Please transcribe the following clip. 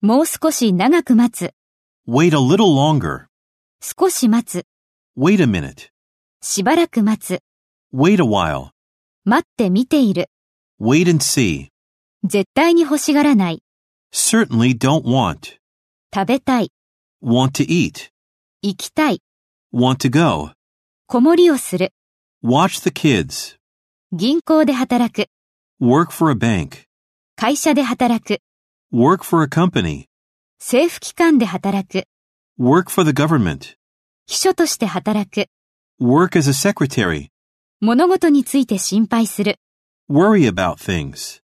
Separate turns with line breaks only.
もう少し長く待つ。
Wait a little longer.
少し待つ。
Wait a minute.
しばらく待つ。
Wait a while.
待って見ている。
Wait and see.
絶対に欲しがらない。
Certainly don't want.
食べたい。
Want to eat.
行きたい。
Want to go.
子守りをする。
Watch the kids.
銀行で働く。
Work for a bank.
会社で働く。
Work for a company.
政府機関で働く。
Work for the government.
秘書として働く。
Work as a secretary.
物事について心配する。
Worry about things.